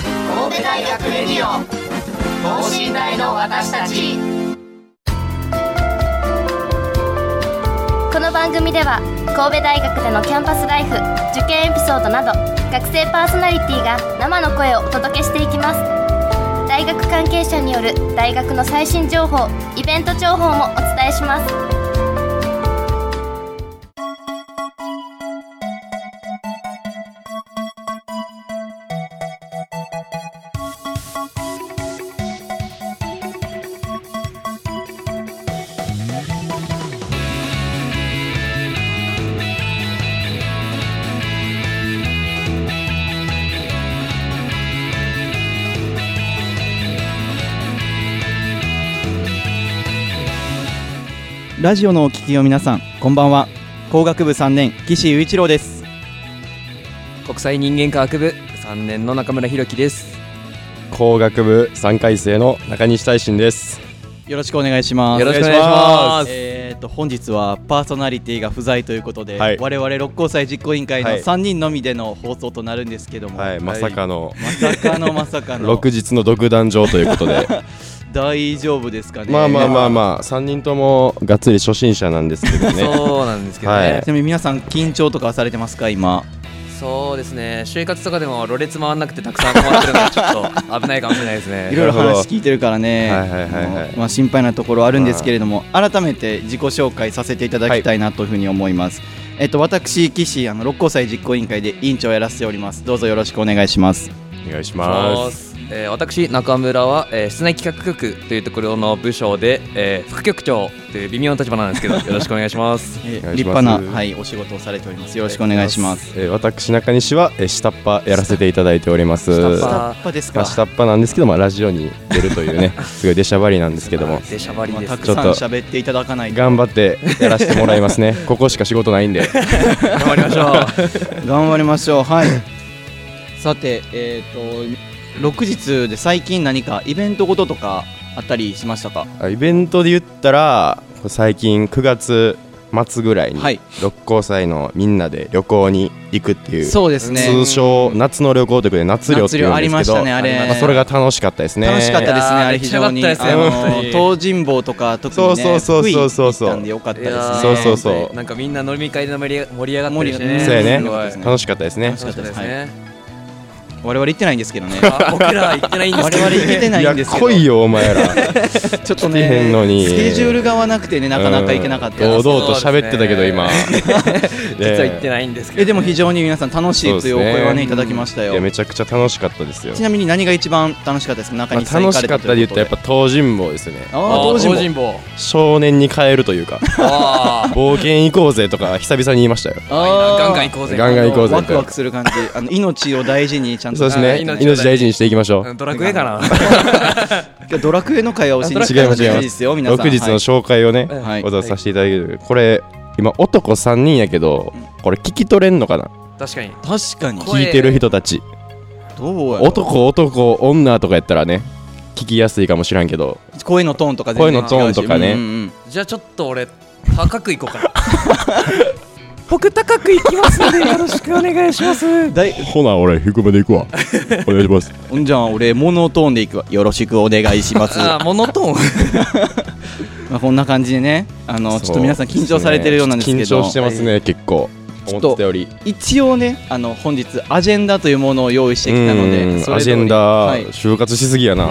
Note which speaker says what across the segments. Speaker 1: 戸大学レディオ等身大の私たち
Speaker 2: この番組では神戸大学でのキャンパスライフ受験エピソードなど学生パーソナリティが生の声をお届けしていきます大学関係者による大学の最新情報イベント情報もお伝えします
Speaker 3: ラジオのお聞きの皆さんこんばんは工学部3年岸雄一郎です
Speaker 4: 国際人間科学部3年の中村弘樹です
Speaker 5: 工学部3回生の中西大臣です
Speaker 3: よろしくお願いします
Speaker 4: よろしくお願いします
Speaker 3: えー、と本日はパーソナリティが不在ということで、
Speaker 5: はい
Speaker 3: 我々六甲祭実行委員会の
Speaker 5: はい
Speaker 3: 3人のみでの放送となるんですけども、
Speaker 5: はいまさかの
Speaker 3: まさかのまさか の
Speaker 5: 6日の独壇場ということ で
Speaker 3: 大丈夫ですかね
Speaker 5: まあまあまあまあ3人ともがっつり初心者なんですけどね
Speaker 4: そうなんですけどね、
Speaker 5: はい
Speaker 3: ちなみに皆さん緊張とかはされてますか今
Speaker 4: そうですね就活とかでもろれつ回んなくてたくさん困ってるのはちょっと危ないかもしれないです
Speaker 3: い
Speaker 4: ね
Speaker 3: ろいろ話聞いてるからね、
Speaker 5: はいはいはいはい
Speaker 3: あのまあ、心配なところあるんですけれども、改めて自己紹介させていただきたいなというふうに思います。えっと、私、岸、あの六甲祭実行委員会で委員長をやらせております。どうぞよろしくお願いします。
Speaker 5: お願いし
Speaker 4: お願いし
Speaker 5: ま
Speaker 4: ますすえー私中村は、えー室内企画局というところの部署で、えー副局長という微妙な立場なんですけどよろしくお願いします
Speaker 3: え
Speaker 5: お願い
Speaker 3: 立
Speaker 5: します
Speaker 3: 派な、はい、お仕事をされております。よろしくお願いします。
Speaker 5: えー私中西は、えー下っ端やらせていただいております
Speaker 4: 下っ端
Speaker 5: ま
Speaker 3: 下っ端です
Speaker 5: あ
Speaker 3: か。
Speaker 5: 下っ端なんですけど、まあ、ラジオに出るとい うねすごい出しゃばりなんですけども
Speaker 4: でしゃばり
Speaker 3: まあ
Speaker 4: です、
Speaker 3: たくさん
Speaker 5: ちょっと
Speaker 3: 喋っていただかないと
Speaker 5: 頑張ってやらせてもらいますねここしか仕事ないんで
Speaker 4: 頑張りましょう
Speaker 3: 頑張りましょう。はい。 さて、えっ、と、六日で最近何かイベントごととかあったりしましたか。
Speaker 5: あイベントで言ったら最近9月末ぐらいに
Speaker 3: はい
Speaker 5: 六甲祭のみんなで旅行に行くっていう、
Speaker 3: そうですね。
Speaker 5: 通称夏の旅行ということで夏旅っていう
Speaker 3: 夏
Speaker 5: ん
Speaker 3: 旅あり
Speaker 5: です
Speaker 3: ま
Speaker 5: け
Speaker 3: した
Speaker 5: ど
Speaker 3: ねあれ
Speaker 5: まあそれが楽しかったですね
Speaker 3: 楽しかったですね、
Speaker 4: いやー
Speaker 3: あれ非常に。
Speaker 4: めっちゃ良かったですね
Speaker 3: あの
Speaker 4: 本当に
Speaker 3: 東尋坊とか特にね、
Speaker 5: そうそうそうそ
Speaker 3: 福井行
Speaker 5: う
Speaker 3: ったんでよかった
Speaker 4: い
Speaker 3: です
Speaker 4: や
Speaker 3: ね。
Speaker 4: ー
Speaker 5: そうそうそう
Speaker 4: 本当になんかみんな飲み会で盛り上盛り上がったりして
Speaker 3: 盛り上
Speaker 4: ね
Speaker 3: が
Speaker 5: そうやね
Speaker 4: すごい
Speaker 3: 楽しか
Speaker 5: 楽しかったですね
Speaker 3: 楽し
Speaker 4: 楽しかったですね、
Speaker 3: 我々行ってないんですけ どね。
Speaker 4: あ僕ら行ってないんです
Speaker 3: 我
Speaker 4: けど
Speaker 3: 々行けてないんですけど。
Speaker 5: や来いよお前ら
Speaker 3: ちょっと
Speaker 5: 来てへんの
Speaker 3: ね、
Speaker 5: に
Speaker 3: スケジュールが合わなくて ね、なかなか行けなかったです。
Speaker 5: うん堂々と喋ってたけど 今
Speaker 4: 実は行ってないんですけど、
Speaker 3: えでも非常に皆さん楽しいというお声は
Speaker 5: そうで
Speaker 3: ね
Speaker 5: すね
Speaker 3: いただきました
Speaker 5: いや
Speaker 3: よ。
Speaker 5: めちゃくちゃ楽しかったですよ
Speaker 3: ち、なみに何が一番楽しかったですか中
Speaker 5: ま
Speaker 3: に
Speaker 5: あ、楽しかったで言ったらやっぱ東尋坊ですよね
Speaker 3: あー
Speaker 4: あー
Speaker 3: 東
Speaker 4: 東
Speaker 3: 尋
Speaker 4: 尋坊
Speaker 5: 少年に変えるというか
Speaker 4: あ
Speaker 5: 冒険行こうぜとか久々に言いましたよ
Speaker 3: 坊
Speaker 4: あガンガン行こうぜ
Speaker 5: ガンガン行こうぜ
Speaker 3: ワクワクする感じ。あの命を大事にちゃん
Speaker 5: そう
Speaker 3: と
Speaker 5: で。す
Speaker 4: あ
Speaker 5: ね
Speaker 4: ー命を大事に
Speaker 5: 命大事にしていきましょう
Speaker 4: ドラクエかな
Speaker 3: ドラクエの会話をしに
Speaker 5: 違います違いま
Speaker 3: です
Speaker 5: す
Speaker 3: よ皆さん。
Speaker 5: 6日の紹介をね、
Speaker 3: はい
Speaker 5: わざわざさせていただいてるこれ今男3人やけどこれ聞き取れんのかな
Speaker 4: 確かに
Speaker 3: はい確かに。
Speaker 4: 声
Speaker 5: 聞いてる人たち
Speaker 3: どうやろう
Speaker 5: 男男女とかやったらね聞きやすいかもしらんけど
Speaker 3: 声のトーンとか全然
Speaker 5: 声のトーンとかね
Speaker 3: 違うしうんうんうん
Speaker 4: じゃあちょっと俺高く行こう かな僕高く行きますのでよろしくお願いします
Speaker 3: だい
Speaker 5: ほな俺低めで いくわお願いします
Speaker 3: ほんじゃあ俺モノトーンでいくわよろしくお願いします
Speaker 4: あーモノトー ン
Speaker 3: まあこんな感じでねあのちょっと皆さん緊張されてるようなんですけ
Speaker 5: 緊張
Speaker 3: ど
Speaker 5: してますね、結構
Speaker 3: ちょ
Speaker 5: 思
Speaker 3: っと
Speaker 5: ってたより
Speaker 3: 一応ねあの本日アジェンダというものを用意してきたの
Speaker 5: う
Speaker 3: で
Speaker 5: ん
Speaker 3: それ
Speaker 5: ア
Speaker 3: 通
Speaker 5: ジ
Speaker 3: り
Speaker 5: ェンダ、
Speaker 3: はい
Speaker 5: 就活しすぎや な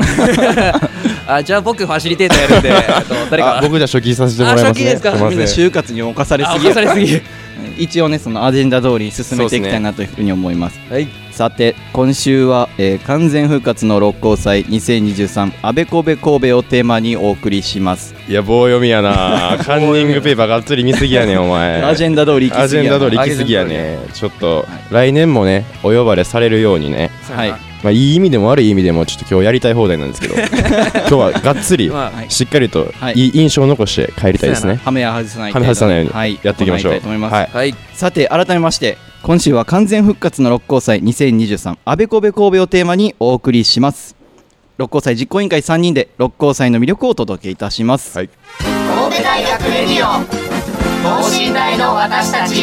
Speaker 4: あじゃあ僕ファシリテーターや るんでえっと誰か
Speaker 5: あ僕じゃ初期させてもらいますね
Speaker 4: あ初期ですか
Speaker 5: すいま
Speaker 3: みんな
Speaker 5: せん
Speaker 3: 就活に侵され
Speaker 4: あ
Speaker 3: すぎ
Speaker 4: 犯
Speaker 3: や
Speaker 4: されすぎ
Speaker 3: 一応ねそのアジェンダ通り進めていきたいなというふうに思います
Speaker 4: はい
Speaker 3: さて今週は、えー完全復活の六甲祭2023安倍神戸神戸をテーマにお送りします、
Speaker 5: いや棒読み やなカンニングペーパーがっつり見すぎやねんお前
Speaker 3: アジェンダ通り行き
Speaker 5: アジ
Speaker 3: 過
Speaker 5: ェ
Speaker 3: ぎ
Speaker 5: ン
Speaker 3: やな
Speaker 5: ダ通り行きすぎやねちょっと来年もねお呼ばれされるようにね
Speaker 3: はい
Speaker 5: まあいい意味でも悪い意味でもちょっと今日やりたい放題なんです けど今日はがっつり
Speaker 4: まあ
Speaker 3: はい
Speaker 5: しっかりと
Speaker 3: はい
Speaker 5: いい印象を残して帰りたいですね
Speaker 3: ハメは外さない
Speaker 5: はめ外さないように
Speaker 3: はい
Speaker 5: やっていきましょう
Speaker 3: 行たいと思います、
Speaker 5: はい
Speaker 4: はい
Speaker 3: さて改めまして今週は完全復活の六甲祭2023安倍神戸神戸をテーマにお送りします六甲祭実行委員会3人で六甲祭の魅力をお届けいたします、
Speaker 5: はい
Speaker 1: 神戸大学レディオ等身大の私たち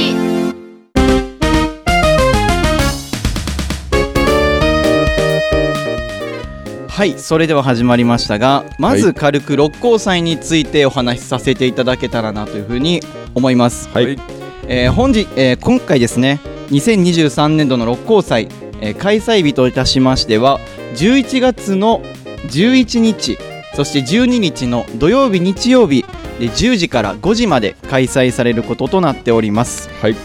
Speaker 3: はいそれでは始まりましたがまず軽く六甲祭についてお話しさせていただけたらなというふうに思います、
Speaker 5: はい
Speaker 3: えー本日、えー今回ですね2023年度の六甲祭、えー開催日といたしましては11月の11日そして12日の土曜日日曜日で10時から5時まで開催されることとなっております
Speaker 5: はい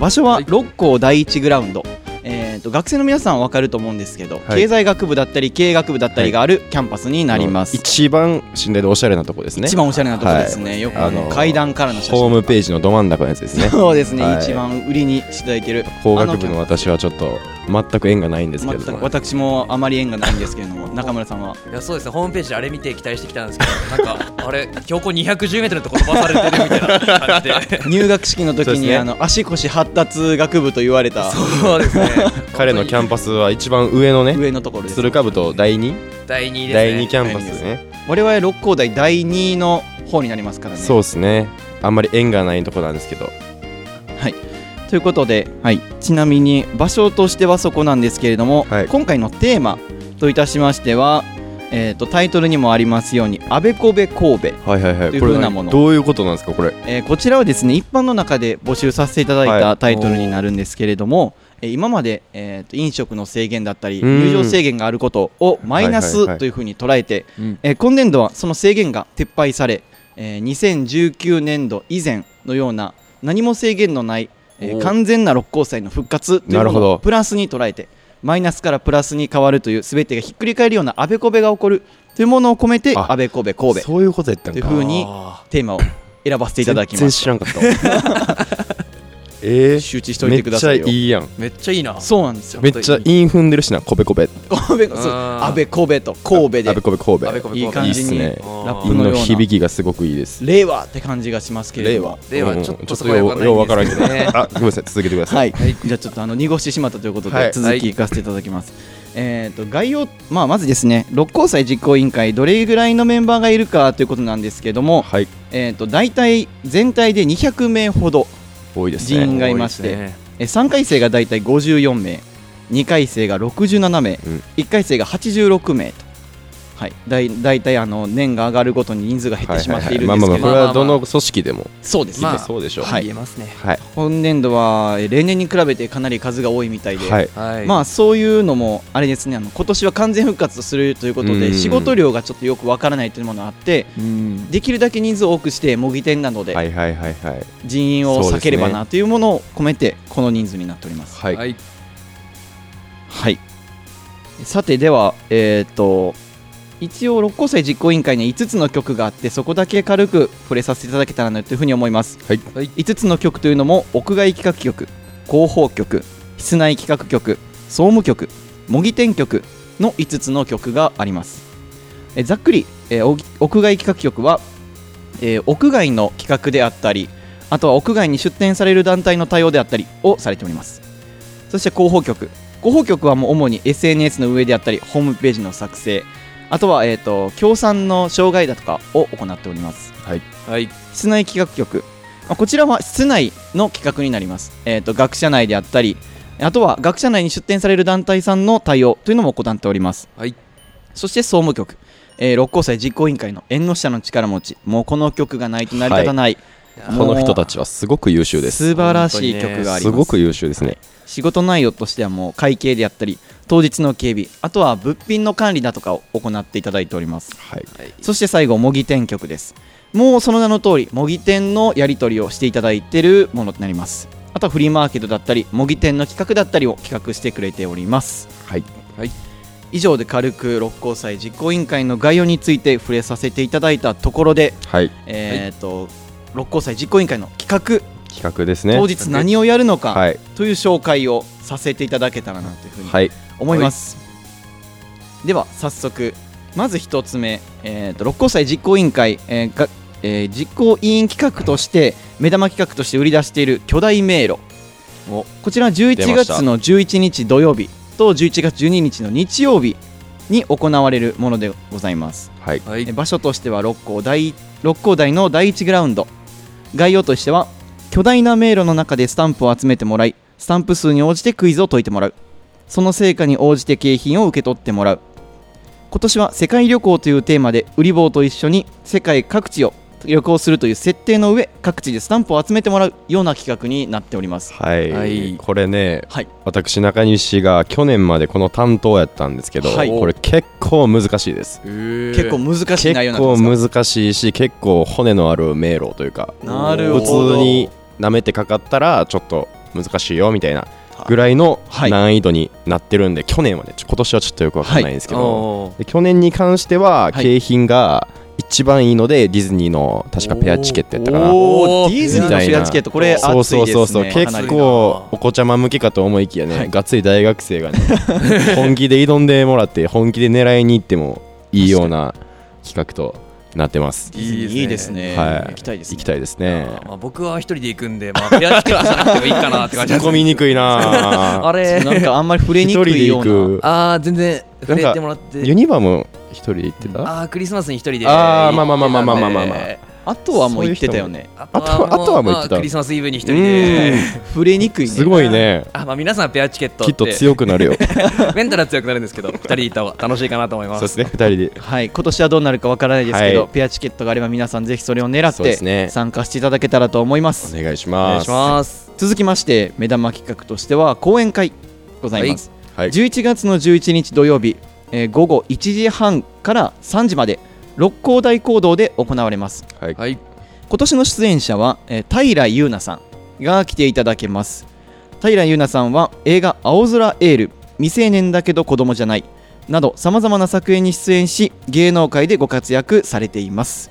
Speaker 3: 場所は
Speaker 4: はい
Speaker 3: 六甲第一グラウンド、えー、と学生の皆さんは分かると思うんですけど、
Speaker 5: はい
Speaker 3: 経済学部だったり経営学部だったりがあるキャンパスになります、
Speaker 5: 一番信頼でおしゃれなとこですね
Speaker 3: 一番おしゃれなところですね、よくあの、
Speaker 5: あのー
Speaker 3: 階段からの写真
Speaker 5: ホームページのど真ん中のやつです ね
Speaker 3: そうですね、
Speaker 5: はい
Speaker 3: 一番売りにしていただいてる
Speaker 5: 工学部の
Speaker 3: あ
Speaker 5: 私はちょっと全く縁がないんです
Speaker 3: キャ
Speaker 5: け
Speaker 3: ン
Speaker 5: れ
Speaker 3: パス
Speaker 5: ど
Speaker 3: 全く
Speaker 5: も
Speaker 3: 私もあまり縁がないんですけれども中村さんはい
Speaker 4: やそうですねホームページあれ見て期待してきたんですけどなん かあれ標高 210m って飛ばされてるみたいな感じで
Speaker 3: 入学式の時
Speaker 5: そうで
Speaker 3: に、
Speaker 5: すね
Speaker 3: あの足腰発達学部と言われた
Speaker 4: そうですね
Speaker 5: 彼のキャンパスは一番上のね
Speaker 3: 上のところです
Speaker 5: 鶴かぶと第2
Speaker 4: 第2ですね
Speaker 5: 第2キャンパスですね
Speaker 3: 我々六甲台第2の方になりますからね
Speaker 5: そうですねあんまり縁がないとこなんですけど
Speaker 3: ということで、はい、ちなみに場所としてはそこなんですけれども、
Speaker 5: はい
Speaker 3: 今回のテーマといたしましては、えー、とタイトルにもありますように「あべこべ神戸
Speaker 5: はいはいはい
Speaker 3: という
Speaker 5: こ
Speaker 3: ふう
Speaker 5: れ
Speaker 3: なもの
Speaker 5: どういうことなんですかこれ」
Speaker 3: えーこちらはですね一般の中で募集させていただい
Speaker 5: は
Speaker 3: た
Speaker 5: い
Speaker 3: タイトルになるんですけれども、えー今まで、えー、と飲食の制限だったり
Speaker 5: うん
Speaker 3: 入場制限があることをマイナ
Speaker 5: はいはいは
Speaker 3: ス
Speaker 5: い
Speaker 3: というふうに捉えて、
Speaker 4: うん
Speaker 3: えー今年度はその制限が撤廃され、えー2019年度以前のような何も制限のない、えー
Speaker 4: おー
Speaker 3: 完全な六甲祭の復活という
Speaker 5: なる
Speaker 3: も
Speaker 5: ほ
Speaker 3: の
Speaker 5: ど
Speaker 3: をプラスに捉えてマイナスからプラスに変わるという全てがひっくり返るようなあべこべが起こるというものを込めて「
Speaker 5: あ
Speaker 3: あべこべ神戸」
Speaker 5: そういうことやったん
Speaker 3: という
Speaker 5: か
Speaker 3: ふうにテーマを選ばせていただきま
Speaker 5: 全然
Speaker 3: す
Speaker 5: 知らんかったわ えー
Speaker 3: 周知しておいてくださいよ
Speaker 5: めっちゃいいやん
Speaker 4: めっちゃいいな
Speaker 3: そうなんですよ
Speaker 5: めっちゃ韻踏んでるしなこべこべ
Speaker 3: 神戸そう
Speaker 4: あー
Speaker 3: 安倍神戸と神戸で
Speaker 5: あべこべ神戸
Speaker 4: あべこべ
Speaker 3: いい感じに
Speaker 5: いいっ
Speaker 3: ラ
Speaker 5: すね
Speaker 3: ップ
Speaker 5: 韻
Speaker 3: のよう
Speaker 5: の
Speaker 3: な
Speaker 5: 響きがすごくいいです
Speaker 3: 令和って感じがしますけれども
Speaker 4: では
Speaker 5: うん
Speaker 4: ちょっとそこ
Speaker 5: ち
Speaker 4: は
Speaker 5: ょ
Speaker 4: よ
Speaker 5: っとようわからんけ
Speaker 4: わか
Speaker 5: ど
Speaker 4: んないんですね
Speaker 5: あ ごめんなさい続けてくださ
Speaker 3: はいい、じゃあちょっとあの濁してしまったということで、
Speaker 5: はい
Speaker 3: 続きいかせていただきます、えー、と概要、まあ、まずですね六甲祭実行委員会どれぐらいのメンバーがいるかということなんですけども、
Speaker 5: はい
Speaker 3: えー、と大体全体で200名ほど
Speaker 5: 多いです
Speaker 3: 人員
Speaker 5: ね
Speaker 3: がいまして、
Speaker 4: 多いですね
Speaker 3: えー3回生が大体54名2回生が67名、
Speaker 5: うん
Speaker 3: 1回生が86名と、はい、だい大体あの年が上がるごとに人数が減ってしまっているん
Speaker 5: は
Speaker 3: で
Speaker 5: い
Speaker 3: す
Speaker 5: はいはいまあま
Speaker 3: け
Speaker 5: あまあ
Speaker 3: ど
Speaker 5: これはどの組織でも
Speaker 3: そうですね、
Speaker 4: まあ
Speaker 5: そうでしょう
Speaker 3: はい
Speaker 4: 言えますね
Speaker 5: はい
Speaker 3: 今年度はえー例年に比べてかなり数が多いみたいで、
Speaker 5: はい
Speaker 4: はい
Speaker 3: まあそういうのもあれですねあの今年は完全復活するということ
Speaker 5: うんうんう
Speaker 3: で
Speaker 5: ん
Speaker 3: 仕事量がちょっとよくわからないというものがあって
Speaker 4: うん
Speaker 3: できるだけ人数を多くして模擬店など
Speaker 5: は
Speaker 3: で
Speaker 5: いはいはいはい
Speaker 3: 人員を
Speaker 5: そう
Speaker 3: 避
Speaker 5: です
Speaker 3: け
Speaker 5: ね
Speaker 3: ればなというものを込めてこの人数になっております。
Speaker 5: はい
Speaker 4: はい
Speaker 3: はい、さてでは、えー、と一応六甲祭実行委員会には5つの曲があってそこだけ軽く触れさせていただけたらなというふうに思います、
Speaker 5: はい
Speaker 4: はい
Speaker 3: 5つの曲というのも屋外企画曲広報曲室内企画曲総務局模擬店曲の5つの曲がありますえざっくり、えーお屋外企画局は、えー屋外の企画であったりあとは屋外に出展される団体の対応であったりをされておりますそして広報局広報局はもう主に SNS の上であったりホームページの作成あとは、えー、と協賛の障害だとかを行っております
Speaker 4: はい
Speaker 3: 室内企画局まあこちらは室内の企画になります、えー、と学者内であったりあとは学者内に出展される団体さんの対応というのも行っております
Speaker 4: はい
Speaker 3: そして総務局、えー六甲祭実行委員会の縁の下の力持ちもうこの曲がないと成り立たない、
Speaker 5: この人たちはすごく優秀です
Speaker 3: 素晴らしい曲があります
Speaker 5: すごく優秀ですね
Speaker 3: 仕事内容としてはもう会計であったり当日の警備あとは物品の管理だとかを行っていただいております
Speaker 5: はい
Speaker 3: そして最後模擬店局ですもうその名の通り模擬店のやり取りをしていただいているものとなりますあとはフリーマーケットだったり模擬店の企画だったりを企画してくれております
Speaker 5: はい
Speaker 3: 以上で軽く六甲祭実行委員会の概要について触れさせていただいたところで
Speaker 5: はい
Speaker 3: えーと六甲祭実行委員会の企画
Speaker 5: 企画ですね
Speaker 3: 当日何をやるのか
Speaker 5: はい
Speaker 3: という紹介をさせていただけたらなというふうに
Speaker 5: はい
Speaker 3: 思います、では早速まず一つ目、えーと六甲祭実行委員会、えーがえー実行委員企画として目玉企画として売り出している巨大迷路
Speaker 5: お
Speaker 3: こちら
Speaker 5: 出
Speaker 3: 11
Speaker 5: ました
Speaker 3: 月の11日土曜日と11月12日の日曜日に行われるものでございます
Speaker 5: はい
Speaker 4: はい
Speaker 3: え場所としては六甲第六甲台の第1グラウンド概要としては巨大な迷路の中でスタンプを集めてもらいスタンプ数に応じてクイズを解いてもらうその成果に応じて景品を受け取ってもらう今年は世界旅行というテーマでウリ坊と一緒に世界各地を旅行するという設定の上各地でスタンプを集めてもらうような企画になっております
Speaker 5: はい、
Speaker 4: はい
Speaker 5: これね
Speaker 3: はい
Speaker 5: 私中西が去年までこの担当やったんですけど、
Speaker 3: はい
Speaker 5: これ結構難しいです
Speaker 4: 結
Speaker 3: 結構難しい
Speaker 5: 結
Speaker 3: 内容なん
Speaker 5: 構
Speaker 3: ですか
Speaker 5: 難しいし結構骨のある迷路というか
Speaker 3: なるほ
Speaker 5: 普
Speaker 3: ど
Speaker 5: 通に舐めてかかったらちょっと難しいよみたいなぐらいの
Speaker 3: はい
Speaker 5: 難易度になってるんで、去年はねちょ今年はちょっとよくわかんないんですけど、
Speaker 4: おー
Speaker 5: で去年に関しては
Speaker 3: はい
Speaker 5: 景品が一番いいので、ディズニーの確かペアチケットやったかな
Speaker 3: お
Speaker 4: お
Speaker 3: ー
Speaker 4: ー
Speaker 3: ディズニーのペアチケットこれ熱いです
Speaker 5: そ
Speaker 3: ね
Speaker 5: うそうそうそう、
Speaker 3: かな
Speaker 5: 結
Speaker 3: り
Speaker 5: 構お子ちゃま向けかと思いきやね、
Speaker 3: はい
Speaker 5: がっつり大学生がね 本気で挑んでもらって本気で狙いに行ってもいいような企画となってます
Speaker 3: ディズニーいいですね
Speaker 5: はい
Speaker 3: 行きたいですね
Speaker 5: 行きたいですね
Speaker 4: あーまあ僕は一人で行くんで、まあ、ペアチケットじゃなくてもいいかなって感じ
Speaker 5: 突
Speaker 4: なんで
Speaker 5: っ
Speaker 4: す
Speaker 5: 込みにくいな
Speaker 4: あれ
Speaker 3: なんかあんまり触れ
Speaker 5: 一
Speaker 3: に
Speaker 5: 人
Speaker 3: く
Speaker 5: で
Speaker 3: いよ
Speaker 5: 行
Speaker 3: うな
Speaker 5: く
Speaker 4: ああ全然触れてもらって
Speaker 5: ユニバも一人で行ってたあ
Speaker 4: ああクリスマスに一人で
Speaker 5: あーまあまあまあまあまあまあまあまあ
Speaker 3: あとはもう言ってたよね
Speaker 4: あとは
Speaker 5: あとあとはもう言ってた
Speaker 4: まあクリスマスイブに一人で
Speaker 3: 触れにくいね
Speaker 5: すごいね
Speaker 4: あまあ皆さんペアチケットっ
Speaker 5: き
Speaker 4: て
Speaker 5: っと強く なるよ
Speaker 4: メンタルは強くなるんですけど二人いた方が楽しいかなと思い
Speaker 5: そう
Speaker 4: ま
Speaker 5: です
Speaker 4: す
Speaker 5: ね二人で
Speaker 3: はい、今年はどうなるかわからないですけど、
Speaker 5: はい
Speaker 3: ペアチケットがあれば皆さんぜひそれを狙っ
Speaker 5: そうです
Speaker 3: て
Speaker 5: ね
Speaker 3: 参加していただけたらと思います
Speaker 5: お願いし
Speaker 4: お願
Speaker 5: ま
Speaker 4: いし
Speaker 5: す
Speaker 4: ます
Speaker 3: 続きまして目玉企画としては講演会ございます、
Speaker 5: はい
Speaker 3: 11月の11日土曜日、えー午後1時半から3時まで六甲台講堂で行われます
Speaker 5: はい
Speaker 4: はい
Speaker 3: 今年の出演者は、えー平優奈さんが来ていただけます平優奈さんは映画「青空エール未成年だけど子供じゃない」などさまざまな作品に出演し芸能界でご活躍されています、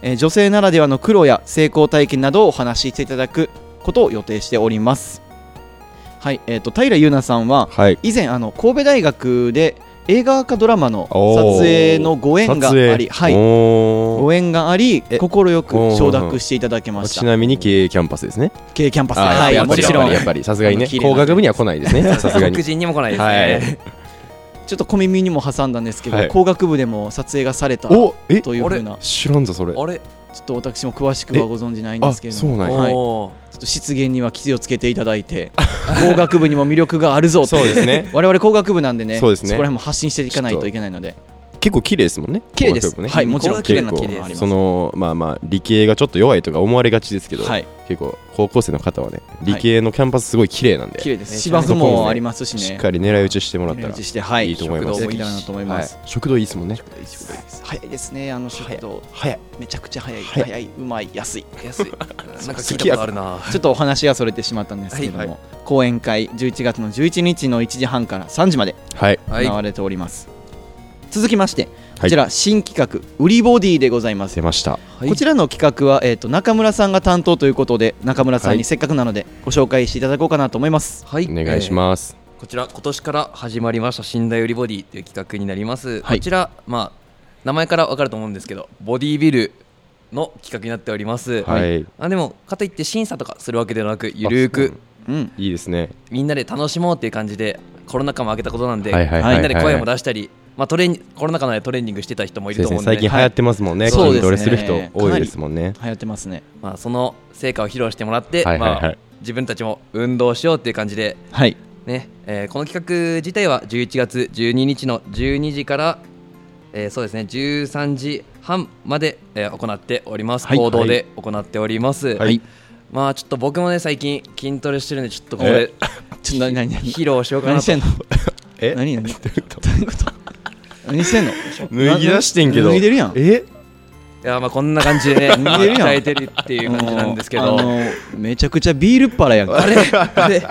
Speaker 3: えー女性ならではの苦労や成功体験などをお話ししていただくことを予定しておりますはい、えー、と平優奈さんは
Speaker 5: はい
Speaker 3: 以前あの神戸大学で映画かドラマの
Speaker 5: おー
Speaker 3: 撮影のご縁があり、
Speaker 5: 撮
Speaker 3: は
Speaker 5: 影
Speaker 3: い、
Speaker 5: おー
Speaker 3: ご縁があり
Speaker 5: え
Speaker 3: 快く承諾していただけまし
Speaker 5: ち
Speaker 3: た
Speaker 5: なみに経営キャンパスですね
Speaker 3: K キャンパス
Speaker 5: あー
Speaker 3: は
Speaker 5: や
Speaker 3: い
Speaker 5: っぱ
Speaker 3: も
Speaker 5: り
Speaker 3: ちろん
Speaker 5: やっぱりさすがにね
Speaker 3: 綺麗な
Speaker 5: 工学部には来ないですねさすが
Speaker 4: 黒
Speaker 5: に
Speaker 4: 人にも来ないです
Speaker 5: はい
Speaker 4: ね
Speaker 3: ちょっと小耳にも挟んだんですけど、
Speaker 5: はい
Speaker 3: 工学部でも撮影がされたと
Speaker 5: おえ
Speaker 3: いうふうな
Speaker 5: 知らんぞそれ
Speaker 4: あれ
Speaker 3: ちょっと私も詳しくはご存じないんで
Speaker 5: あ
Speaker 3: すけれど
Speaker 5: そ
Speaker 3: も
Speaker 5: うなんや
Speaker 3: はい
Speaker 4: おー
Speaker 3: ちょっと失言には気をつけていただい て工学部にも魅力があるぞと
Speaker 5: そうですね
Speaker 3: 我々工学部なんでね
Speaker 5: そうですね
Speaker 3: こら辺も発信していかないといけないので
Speaker 5: 結構綺麗ですもんね
Speaker 3: 綺麗です
Speaker 5: 工学部ね
Speaker 3: はいもちろん綺
Speaker 4: 工学部
Speaker 3: 麗
Speaker 5: 結
Speaker 3: な
Speaker 5: 構
Speaker 3: 綺麗もあります
Speaker 5: そのまあまあ理系がちょっと弱いとか思われがちですけど
Speaker 3: はい
Speaker 5: 結構高校生の方はね理系のキャンパスすごい綺麗なんで
Speaker 3: 綺麗です
Speaker 4: めち
Speaker 3: 芝
Speaker 4: ゃめちゃ
Speaker 3: 生もありますしね
Speaker 5: しっかり狙い撃ちしてもらった
Speaker 3: 狙い
Speaker 5: ら
Speaker 3: 撃ちしてはい
Speaker 5: いいと思います
Speaker 3: 食堂もいいなと思います、
Speaker 5: はい食堂いいですもんね
Speaker 3: 早いですねあの食堂
Speaker 5: 早い
Speaker 3: めちゃくちゃ早い
Speaker 5: 早い
Speaker 3: 早いうまい安い
Speaker 4: 安いなんか聞いたこと あるな
Speaker 3: ちょっとお話がそれてしまったんですけれども、
Speaker 5: はい
Speaker 3: 講演会11月の11日の1時半から3時まで
Speaker 5: はい
Speaker 4: はい
Speaker 3: 行われております、続きましてこ
Speaker 5: はい
Speaker 3: ちら新企画「売りボディ」でございます、
Speaker 5: 出ました
Speaker 4: はい
Speaker 3: こちらの企画は、えー、と中村さんが担当ということで中村さん
Speaker 5: は
Speaker 3: に
Speaker 5: い
Speaker 3: せっかくなのでご紹介していただこうかなと思います
Speaker 4: はい
Speaker 5: お願いします
Speaker 4: こちら今年から始まりました「信頼よりボディ」という企画になります、
Speaker 3: はい
Speaker 4: こちらまあ名前からわかると思うんですけどボディービルの企画になっております、
Speaker 5: はい
Speaker 4: あでもかといって審査とかするわけではなくゆるー
Speaker 5: あそう
Speaker 4: く
Speaker 3: うん
Speaker 5: いいですね
Speaker 4: みんなで楽しもうっていう感じでコロナ禍も明けたことなんで、
Speaker 5: はいはいはい
Speaker 4: みんなで声も
Speaker 5: はい
Speaker 4: 出したり、まあ、トレーニコロナ禍でトレーニングしてた人もい
Speaker 5: そう
Speaker 4: る
Speaker 5: で
Speaker 4: と思
Speaker 5: すね
Speaker 4: うんで
Speaker 5: 最近流行ってますもんね
Speaker 3: そうで
Speaker 5: 筋
Speaker 3: すね
Speaker 5: トレする人多いですもんね
Speaker 3: 流行ってますね
Speaker 4: まあ、その成果を披露してもらって、
Speaker 5: はいはいはい
Speaker 4: まあ、自分たちも運動しようっていう感じで
Speaker 3: はい
Speaker 4: ねえーこの企画自体は11月12日の12時から、えーそうですね13時半まで、えー行っております、
Speaker 3: はい
Speaker 4: 行動で行っております、
Speaker 3: はい
Speaker 4: まあちょっと僕もね最近筋トレしてるんでちょっとここで
Speaker 3: ちょっと何何何
Speaker 4: 披露しようか
Speaker 3: 何
Speaker 4: な
Speaker 3: し
Speaker 4: と
Speaker 3: てんの
Speaker 5: え
Speaker 3: 何何どういうこと何してんの
Speaker 5: 脱ぎ出してんけど
Speaker 3: 脱いでるやん
Speaker 5: え
Speaker 4: いやまあこんな感じでね
Speaker 3: 逃げるやん
Speaker 4: 鍛えてるっていう感じなんですけど、
Speaker 3: あのめちゃくちゃビールっ腹やんか
Speaker 4: あれあれ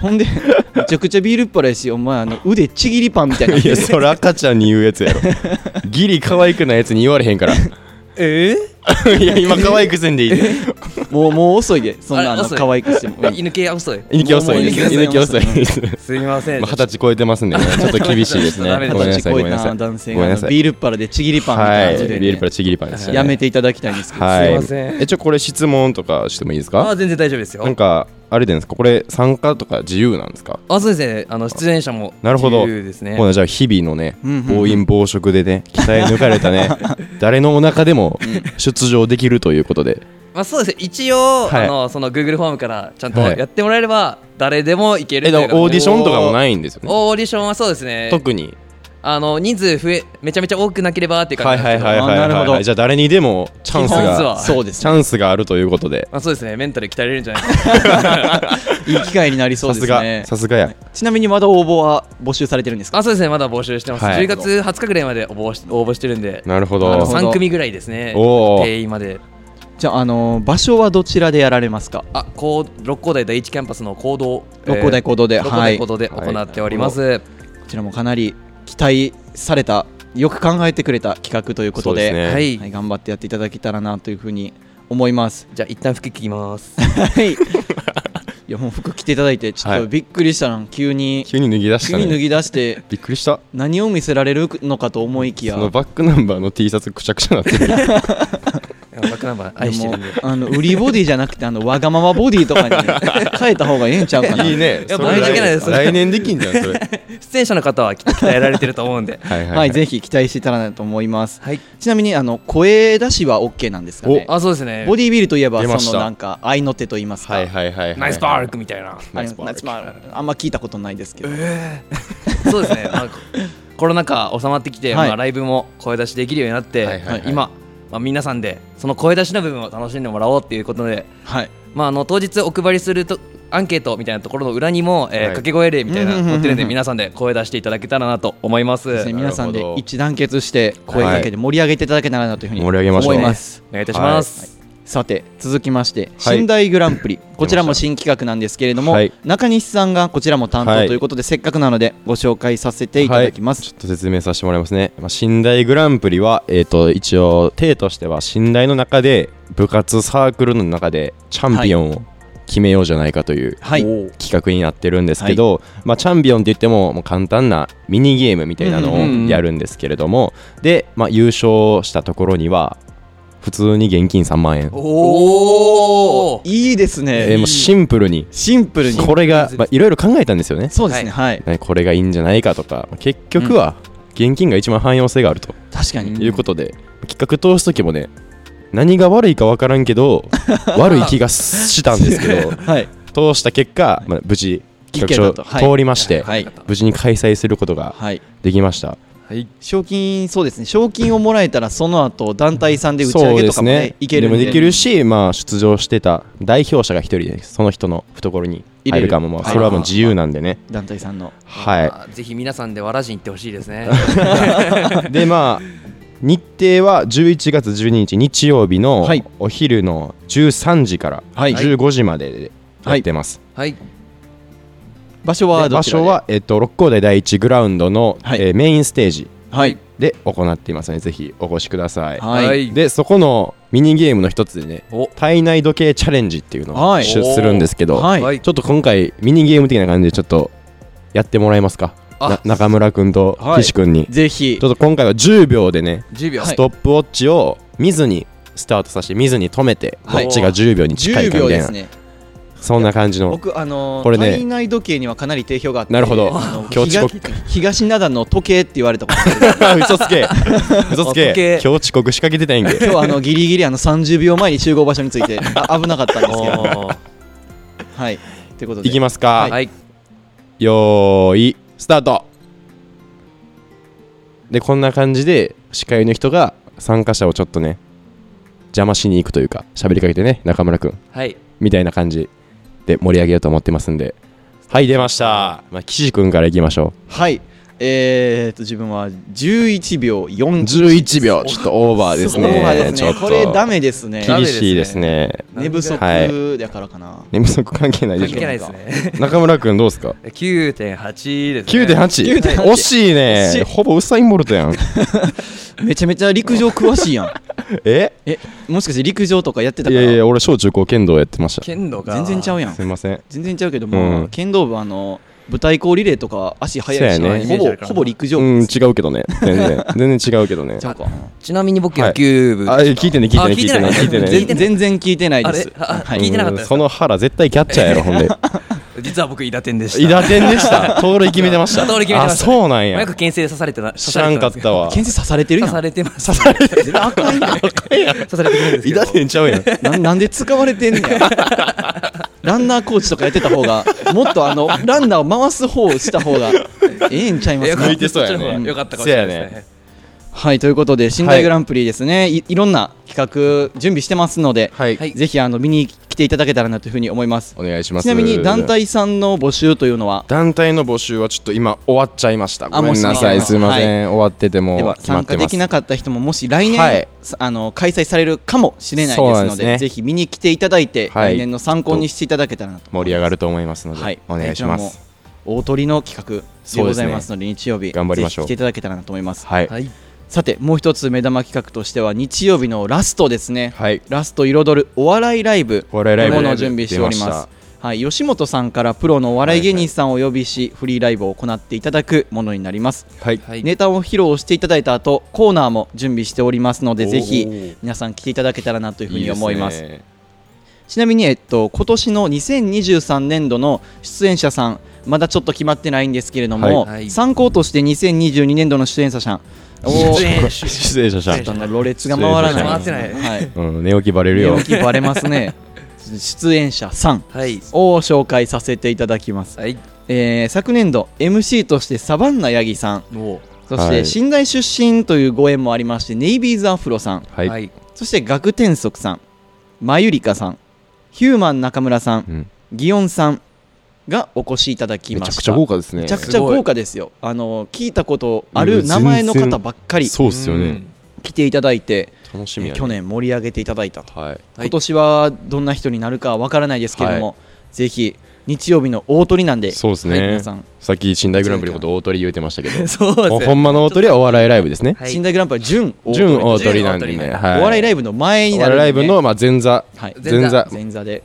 Speaker 3: ほんで、めちゃくちゃビールっ腹やし、お前、あの腕ちぎりパンみたいな。
Speaker 5: いやそれ赤ちゃんに言うやつやろ ギリ可愛くないやつに言われへんから
Speaker 4: え
Speaker 5: いや今可愛くせんでい い
Speaker 3: もう、もう遅いで、そんな、あ
Speaker 4: あ
Speaker 3: の、
Speaker 4: 遅い
Speaker 3: 可愛くしても。
Speaker 4: 犬系は遅い
Speaker 5: 犬気遅いです
Speaker 3: もうもう
Speaker 5: 犬気遅いです
Speaker 4: すみません
Speaker 5: まあ二十歳超えてますんでね、ちょっと厳し いですね。
Speaker 4: ダメだ
Speaker 5: ごめんなさい、ご
Speaker 3: 超
Speaker 5: め
Speaker 3: え
Speaker 5: んなさ
Speaker 3: た
Speaker 5: い。
Speaker 3: 男性
Speaker 5: ごめん
Speaker 3: が
Speaker 5: なさい
Speaker 3: ビールっ腹でちぎりパンみた
Speaker 5: はい、
Speaker 3: ない感じでね、
Speaker 5: ビールプラチギリパンですよね。
Speaker 3: やめていただきたいんですけど、
Speaker 5: は
Speaker 4: すい
Speaker 5: い
Speaker 4: ませ。ん
Speaker 5: え、ちょ、これ質問とかしてもいいです
Speaker 4: あ
Speaker 5: か
Speaker 4: 全然大丈夫ですよ
Speaker 5: なんか、あれでんですかこれ、参加とか自由なんですか
Speaker 4: あそうですねあの出演者も
Speaker 5: なるほど
Speaker 4: 自由ですね
Speaker 5: ほな、じゃあ、日々のね、
Speaker 3: うんうんうん
Speaker 5: 暴飲暴食でね、鍛え抜かれたね、誰のお腹でも出場できるということで。
Speaker 4: まあそうですね一応、
Speaker 5: はい
Speaker 4: あのその Google フォームからちゃんと
Speaker 5: はい
Speaker 4: やってもらえれば誰でもいける
Speaker 5: え、
Speaker 4: と
Speaker 5: だ
Speaker 4: いう
Speaker 5: か
Speaker 4: から
Speaker 5: オーディションとかもないんですよね。
Speaker 4: オーディションはそうですね
Speaker 5: 特に。
Speaker 4: あの人数増えめちゃめちゃ多くなければっていう
Speaker 5: は
Speaker 4: 感
Speaker 5: い
Speaker 4: じ
Speaker 5: は
Speaker 4: なんで
Speaker 5: い
Speaker 4: すけど、
Speaker 5: はいはい
Speaker 3: あなるほ
Speaker 5: はいは
Speaker 3: ど
Speaker 5: いじゃあ誰にでもチャンス
Speaker 4: チャンス
Speaker 5: が
Speaker 4: は
Speaker 3: そうです
Speaker 5: チャンスがあるということで
Speaker 4: まあ、そうですねメンタル鍛えれるんじゃないですか
Speaker 3: いい機会になりそう
Speaker 5: さ
Speaker 3: ですす
Speaker 5: が
Speaker 3: ね
Speaker 5: さすがや
Speaker 3: ちなみにまだ応募は募集されてるんですか
Speaker 4: あそうです ねまだ募集してます、
Speaker 5: はい
Speaker 4: 10月20日ぐらいまで応募し応募してるんで
Speaker 5: なるほ
Speaker 4: あの
Speaker 5: ど
Speaker 3: ほど
Speaker 4: 3組ぐらいですね
Speaker 5: おー
Speaker 4: 定員まで
Speaker 3: じゃあ、あのー場所はどちらでやられますか
Speaker 4: あこう六甲台第一キャンパスの行動
Speaker 3: 六甲台講堂で
Speaker 4: 六甲
Speaker 3: は
Speaker 4: 台
Speaker 3: い
Speaker 4: 行動で
Speaker 5: はい
Speaker 4: 行っております、
Speaker 3: こちらもかなり期待されたよく考えてくれた企画ということで
Speaker 5: そうですね
Speaker 4: はい、
Speaker 3: はい、頑張ってやっていただけたらなというふうに思います。
Speaker 4: じゃあ一旦服着ます
Speaker 3: はい。いやもう服着ていただいてちょっ
Speaker 5: は
Speaker 3: と
Speaker 5: い
Speaker 3: びっくりしたの急に
Speaker 5: 急に脱ぎ出した
Speaker 3: 急に脱
Speaker 5: ね
Speaker 3: ぎ出して
Speaker 5: びっくりした
Speaker 3: 何を見せられるのかと思いきや
Speaker 5: そのバックナンバーの T シャツくちゃくちゃなってる
Speaker 4: バックナンバー愛してるんで
Speaker 3: もうあの売りボディじゃなくてあのわがままボディとかに 変えた方がええんちゃうかない
Speaker 5: いね
Speaker 4: や
Speaker 5: それ
Speaker 4: 僕だけなんです
Speaker 5: 来年できんじゃんそれはい
Speaker 4: 出演者の方はきっと鍛えられてると思うんで
Speaker 5: はい
Speaker 3: はい、ぜひ期待していたらなと思います
Speaker 4: はい
Speaker 3: ちなみにあの声出しは OK なんですかね
Speaker 4: あそうですね
Speaker 3: ボディービルといえば
Speaker 5: 出ました
Speaker 3: そのなんか合いの手といいますか、
Speaker 5: はいはいはいはい
Speaker 4: ナイスパークみたいな
Speaker 3: あ
Speaker 5: ナ
Speaker 3: れ
Speaker 5: イスパー
Speaker 3: ナイスパークあんま聞いたことないですけど、
Speaker 4: そうですね、まあ、ココロナ禍収まってきて、
Speaker 3: はい
Speaker 4: まあ、ライブも声出しできるようになって、
Speaker 5: はいはいはい
Speaker 4: 今、まあ、皆さんでその声出しの部分を楽しんでもらおうっていうことで、
Speaker 3: はい
Speaker 4: まあ、あの当日お配りするとアンケートみたいなところの裏にも、えー
Speaker 5: はい
Speaker 4: 掛け声例みたいな
Speaker 3: うんうんうんうん
Speaker 4: の載ってるんで皆さんで声出していただけたらなと思います。
Speaker 3: ですね、
Speaker 4: お
Speaker 3: 皆さん
Speaker 5: なる
Speaker 3: で
Speaker 5: ほど
Speaker 3: 一致団結して声かけて盛り上げていただけたらなというふうに
Speaker 5: 盛り上げましょう
Speaker 3: 思います。
Speaker 4: 願いいたします。
Speaker 3: さて続きまして
Speaker 5: はい
Speaker 3: 新大グランプリ、こちらも新企画なんですけれども、
Speaker 5: はい
Speaker 3: 中西さんがこちらも担当
Speaker 5: はい
Speaker 3: ということで、せっかくなのでご紹介させていただきます、
Speaker 5: はい、ちょっと説明させてもらいますね、まあ、寝台グランプリは、えー、と一応体としては寝台の中で部活サークルの中でチャンピオンを決めようじゃないかという、
Speaker 3: はい
Speaker 5: 企画になってるんですけど、まあ、チャンピオンって言ってももう簡単なミニゲームみたいなの
Speaker 3: うんうんうん
Speaker 5: をやるんですけれども、で、まあ、優勝したところには普通に現金3万円、
Speaker 4: おお
Speaker 3: いいですね、
Speaker 5: えーもうシンプルに
Speaker 3: シンプルに
Speaker 5: これがまあいろいろ考えたんですよね
Speaker 3: そうですねはい、
Speaker 5: ねこれがいいんじゃないかとかまあ結局は現金が一番汎用性があると
Speaker 3: 確かに、
Speaker 5: いうことで、企画通す時もね何が悪いか分からんけ ど悪い気がしたんですけど
Speaker 3: はい
Speaker 5: 通した結果、まあ、無事企
Speaker 3: い
Speaker 5: 画
Speaker 3: いけ
Speaker 5: 書
Speaker 3: どはい
Speaker 5: 通りまして、
Speaker 3: はい
Speaker 5: 無事に開催することが
Speaker 3: はい
Speaker 5: できました、
Speaker 3: 賞金そうですね賞金をもらえたらその後団体さんで打ち上げとかもねいける
Speaker 5: で
Speaker 3: んで
Speaker 5: もできるし、まあ、出場してた代表者が一人でその人の懐に
Speaker 3: 入れ
Speaker 5: 入
Speaker 3: る
Speaker 5: るかも、まあ、それはもう自由なんでね
Speaker 3: 団体さんの
Speaker 5: はい
Speaker 4: ぜひ皆さんでわらじに行ってほしいですね。
Speaker 5: でまあ日程は11月12日日曜日の
Speaker 3: はい
Speaker 5: お昼の13時から
Speaker 3: はい
Speaker 5: 15時までやってます、
Speaker 4: はい、
Speaker 3: 場所
Speaker 5: で
Speaker 3: はど
Speaker 5: 場
Speaker 3: ちらで
Speaker 5: 所は、えっと、六甲台第一グラウンドの、
Speaker 3: はい
Speaker 5: えーメインステージ
Speaker 3: はい
Speaker 5: で行っていますのでぜひお越しください、
Speaker 3: はい
Speaker 4: はい
Speaker 5: でそこのミニゲームの一つでね
Speaker 4: お
Speaker 5: 体内時計チャレンジっていうのを
Speaker 3: はい
Speaker 5: 出するんですけど、
Speaker 3: はい、
Speaker 4: はい
Speaker 5: ちょっと今回ミニゲーム的な感じでちょっとやってもらえますか
Speaker 4: あ
Speaker 5: な中村君と
Speaker 3: はい
Speaker 5: 岸君に、
Speaker 3: ぜひ
Speaker 5: ちょっと今回は10秒でね
Speaker 4: 10秒。
Speaker 5: ストップウォッチを見ずにスタートさせて見ずに止めて、
Speaker 4: はい
Speaker 5: どっちが10秒に近
Speaker 3: 10
Speaker 5: いかみ
Speaker 3: 秒
Speaker 5: たい
Speaker 3: で
Speaker 5: な、
Speaker 3: すね
Speaker 5: そんな感じの
Speaker 3: 僕あのー
Speaker 5: これね
Speaker 3: 体内時計にはかなり定評があって
Speaker 5: なるほど
Speaker 3: あの
Speaker 5: 今日遅刻
Speaker 3: 東東灘の時計って言われたことあ る
Speaker 5: 嘘 つけ嘘つ
Speaker 4: 時計
Speaker 5: け今日遅刻仕掛けてたいんけ
Speaker 3: 今日あのギリギリあの30秒前に集合場所につ いてあ危なかったんですけど
Speaker 4: おー
Speaker 3: はいということで
Speaker 5: いきますか、
Speaker 4: はい、
Speaker 5: よーいスタートでこんな感じで司会の人が参加者をちょっとね邪魔しに行くというか喋りかけてね中村くん
Speaker 4: はい、
Speaker 5: みたいな感じで盛り上げようと思ってますんではい出ました、まあ、岸君からいきましょ
Speaker 3: はいえー、っと自分は11秒
Speaker 5: う
Speaker 3: 4
Speaker 5: 11秒ちょっとオーバーですね
Speaker 3: オーバーです
Speaker 5: ちょ
Speaker 3: ね
Speaker 5: っと
Speaker 3: これダメですね
Speaker 4: ダメ
Speaker 5: 厳しいですね
Speaker 3: 寝不足だからかな、
Speaker 5: 寝不足関係ないで
Speaker 4: 関
Speaker 5: し
Speaker 4: 係
Speaker 5: ょ
Speaker 4: ないですね。
Speaker 5: 中村君どうですか
Speaker 4: 9.8ですね。
Speaker 3: 9.8
Speaker 5: 9.8惜しい
Speaker 3: 惜しい
Speaker 5: ねほぼウサインボル トやん
Speaker 3: めちゃめちゃ陸上詳しいやん
Speaker 5: え
Speaker 3: えもしかして陸上とかやってた
Speaker 5: い
Speaker 3: から
Speaker 5: やいや俺小中高剣道やってました
Speaker 4: 剣道か。
Speaker 3: 全然ちゃうやん
Speaker 5: すいません
Speaker 3: 全然ちゃうけども、
Speaker 5: うん
Speaker 3: 剣道部あの舞台校リレーとか足速いし、
Speaker 5: そうや
Speaker 3: ほ
Speaker 5: ね
Speaker 4: イメージあ
Speaker 3: ぼ
Speaker 4: るからな
Speaker 3: ほぼ陸上
Speaker 5: う
Speaker 3: 部
Speaker 5: ん
Speaker 3: で
Speaker 5: 違
Speaker 3: す、
Speaker 5: うけどね全然全然違うけどね
Speaker 3: ちゃうか
Speaker 4: ちなみに僕
Speaker 5: はい
Speaker 4: 野球部、
Speaker 5: あ聞いてね聞いて
Speaker 4: あ
Speaker 5: ね聞いてね
Speaker 4: 聞
Speaker 5: 聞
Speaker 4: い
Speaker 5: い
Speaker 4: て
Speaker 5: て
Speaker 4: ない
Speaker 5: ね
Speaker 3: 全全然聞いてないです
Speaker 4: あれあ
Speaker 3: はい
Speaker 4: 聞いてなかったです
Speaker 5: その腹絶対キャッチャーやろほんで
Speaker 4: 実は僕伊達天でした
Speaker 5: 伊達天でした盗塁決めてました
Speaker 4: 盗塁決めてました
Speaker 5: あそうなん
Speaker 4: 早
Speaker 5: や
Speaker 4: く牽制刺されてな
Speaker 5: 知らんかったわ
Speaker 3: 牽制刺されてるや
Speaker 4: 刺
Speaker 3: ん
Speaker 4: されてます刺されてる刺されてるんですけ
Speaker 5: 伊
Speaker 4: ど
Speaker 5: 達天ちゃうやん
Speaker 3: なんなんで使われてんねんランナーコーチとかやってた方がもっとあのランナーを回す方をした方がええんちゃいますか
Speaker 5: 向いてそうやね
Speaker 4: こっちの方が良かったかもしれないです
Speaker 5: そうや
Speaker 4: ね。
Speaker 3: はいということで寝台グランプリですね、い、いろんな企画準備してますので、
Speaker 5: はい、
Speaker 4: はい
Speaker 3: ぜひあの見に来ていただけたらなというふうに思います
Speaker 5: お願いします
Speaker 3: ちなみに団体さんの募集というのは
Speaker 5: 団体の募集はちょっと今終わっちゃいました
Speaker 3: あ
Speaker 5: ごめんなさい
Speaker 3: もう
Speaker 5: すいません、終わってても
Speaker 3: では
Speaker 5: 決ま
Speaker 3: 参
Speaker 5: って
Speaker 3: 加
Speaker 5: ま
Speaker 3: ですきなかった人ももし来年、
Speaker 5: はい
Speaker 3: さあの開催されるかもしれない
Speaker 5: そう
Speaker 3: で
Speaker 5: な
Speaker 3: すの
Speaker 5: んです
Speaker 3: で
Speaker 5: ね
Speaker 3: ぜひ見に来ていただいて、
Speaker 5: はい
Speaker 3: 来年の参考にしていただけたらなと
Speaker 5: 盛り上がると思いますので、
Speaker 3: はい、
Speaker 5: お願いします
Speaker 3: こちらも大鳥の企画でございますので日曜日
Speaker 5: 頑張りましょ
Speaker 3: ぜひ
Speaker 5: う
Speaker 3: 来ていただけたらなと思います、
Speaker 5: はい
Speaker 4: はい。
Speaker 3: さてもう一つ目玉企画としては日曜日のラストですね、
Speaker 5: はい
Speaker 3: ラスト彩るお笑いライブ
Speaker 5: お笑いライブ
Speaker 3: というものを準備しており
Speaker 5: 出ま
Speaker 3: ま
Speaker 5: し
Speaker 3: すはい、吉本さんからプロのお笑い芸人さんをお呼びし、フリーライブを行っていただくものになります、
Speaker 5: はい、
Speaker 4: はい。
Speaker 3: ネタを披露していただいた後コーナーも準備しておりますので
Speaker 5: おー
Speaker 3: ぜひ皆さん来ていただけたらなというふうに思います
Speaker 5: でね
Speaker 3: ちなみに、えっと、今年の2023年度の出演者さんまだちょっと決まってないんですけれども、
Speaker 4: はいはい
Speaker 3: 参考として2022年度の出演者さんお
Speaker 4: 出
Speaker 3: ー
Speaker 4: 演者
Speaker 5: 失礼しまし
Speaker 3: ちょっと
Speaker 5: た
Speaker 3: あのろれつが回らない
Speaker 4: 出演者さん回ってな
Speaker 3: はい、
Speaker 5: うん、寝起きバレるよ
Speaker 3: 容器バレますね出演者さん
Speaker 4: はい。
Speaker 3: を紹介させていただきます、
Speaker 4: はい。
Speaker 3: えー昨年度 MC としてサバンナ八木さん
Speaker 4: も
Speaker 3: そして
Speaker 5: はい
Speaker 3: 新大出身というご縁もありましてネイビーズアフロさん
Speaker 4: う。
Speaker 5: はい、
Speaker 4: はい。
Speaker 3: そして学天足さんまゆりかさんヒューマン中村さん
Speaker 5: うん、
Speaker 3: 祇園さんがお越しいただき
Speaker 5: め
Speaker 3: ま
Speaker 5: ちゃ
Speaker 3: した
Speaker 5: くちゃ豪華ですね
Speaker 3: めちゃくちゃ
Speaker 4: すごい
Speaker 3: 豪華ですよあの聞いたことある名前の方ばっかり
Speaker 5: そうっすよね、
Speaker 3: 来ていただいて、
Speaker 5: 楽しみや、ね、
Speaker 3: 去年盛り上げていただいたと、
Speaker 5: はい
Speaker 4: はい
Speaker 3: 今年はどんな人になるかわからないですけれども、ぜひ日曜日の大鳥なんで
Speaker 5: そうです
Speaker 3: はい
Speaker 5: ね、
Speaker 3: 皆さん
Speaker 5: さっき寝台グランプリのこと大鳥言うて ましたけど
Speaker 4: そうです
Speaker 5: もう
Speaker 4: ね。
Speaker 5: ほんまの大鳥はお笑いライブですね、
Speaker 4: はい
Speaker 3: 新大グランプリは準大鳥
Speaker 5: 純大鳥なんで
Speaker 4: 純大
Speaker 5: ね、
Speaker 4: 鳥
Speaker 5: はい、
Speaker 3: お笑いラ
Speaker 5: イ
Speaker 3: イブの前に
Speaker 5: お
Speaker 3: な
Speaker 5: 笑
Speaker 3: るんで
Speaker 5: いライブの、まあ、前座
Speaker 3: はい
Speaker 5: 前座
Speaker 3: 前座で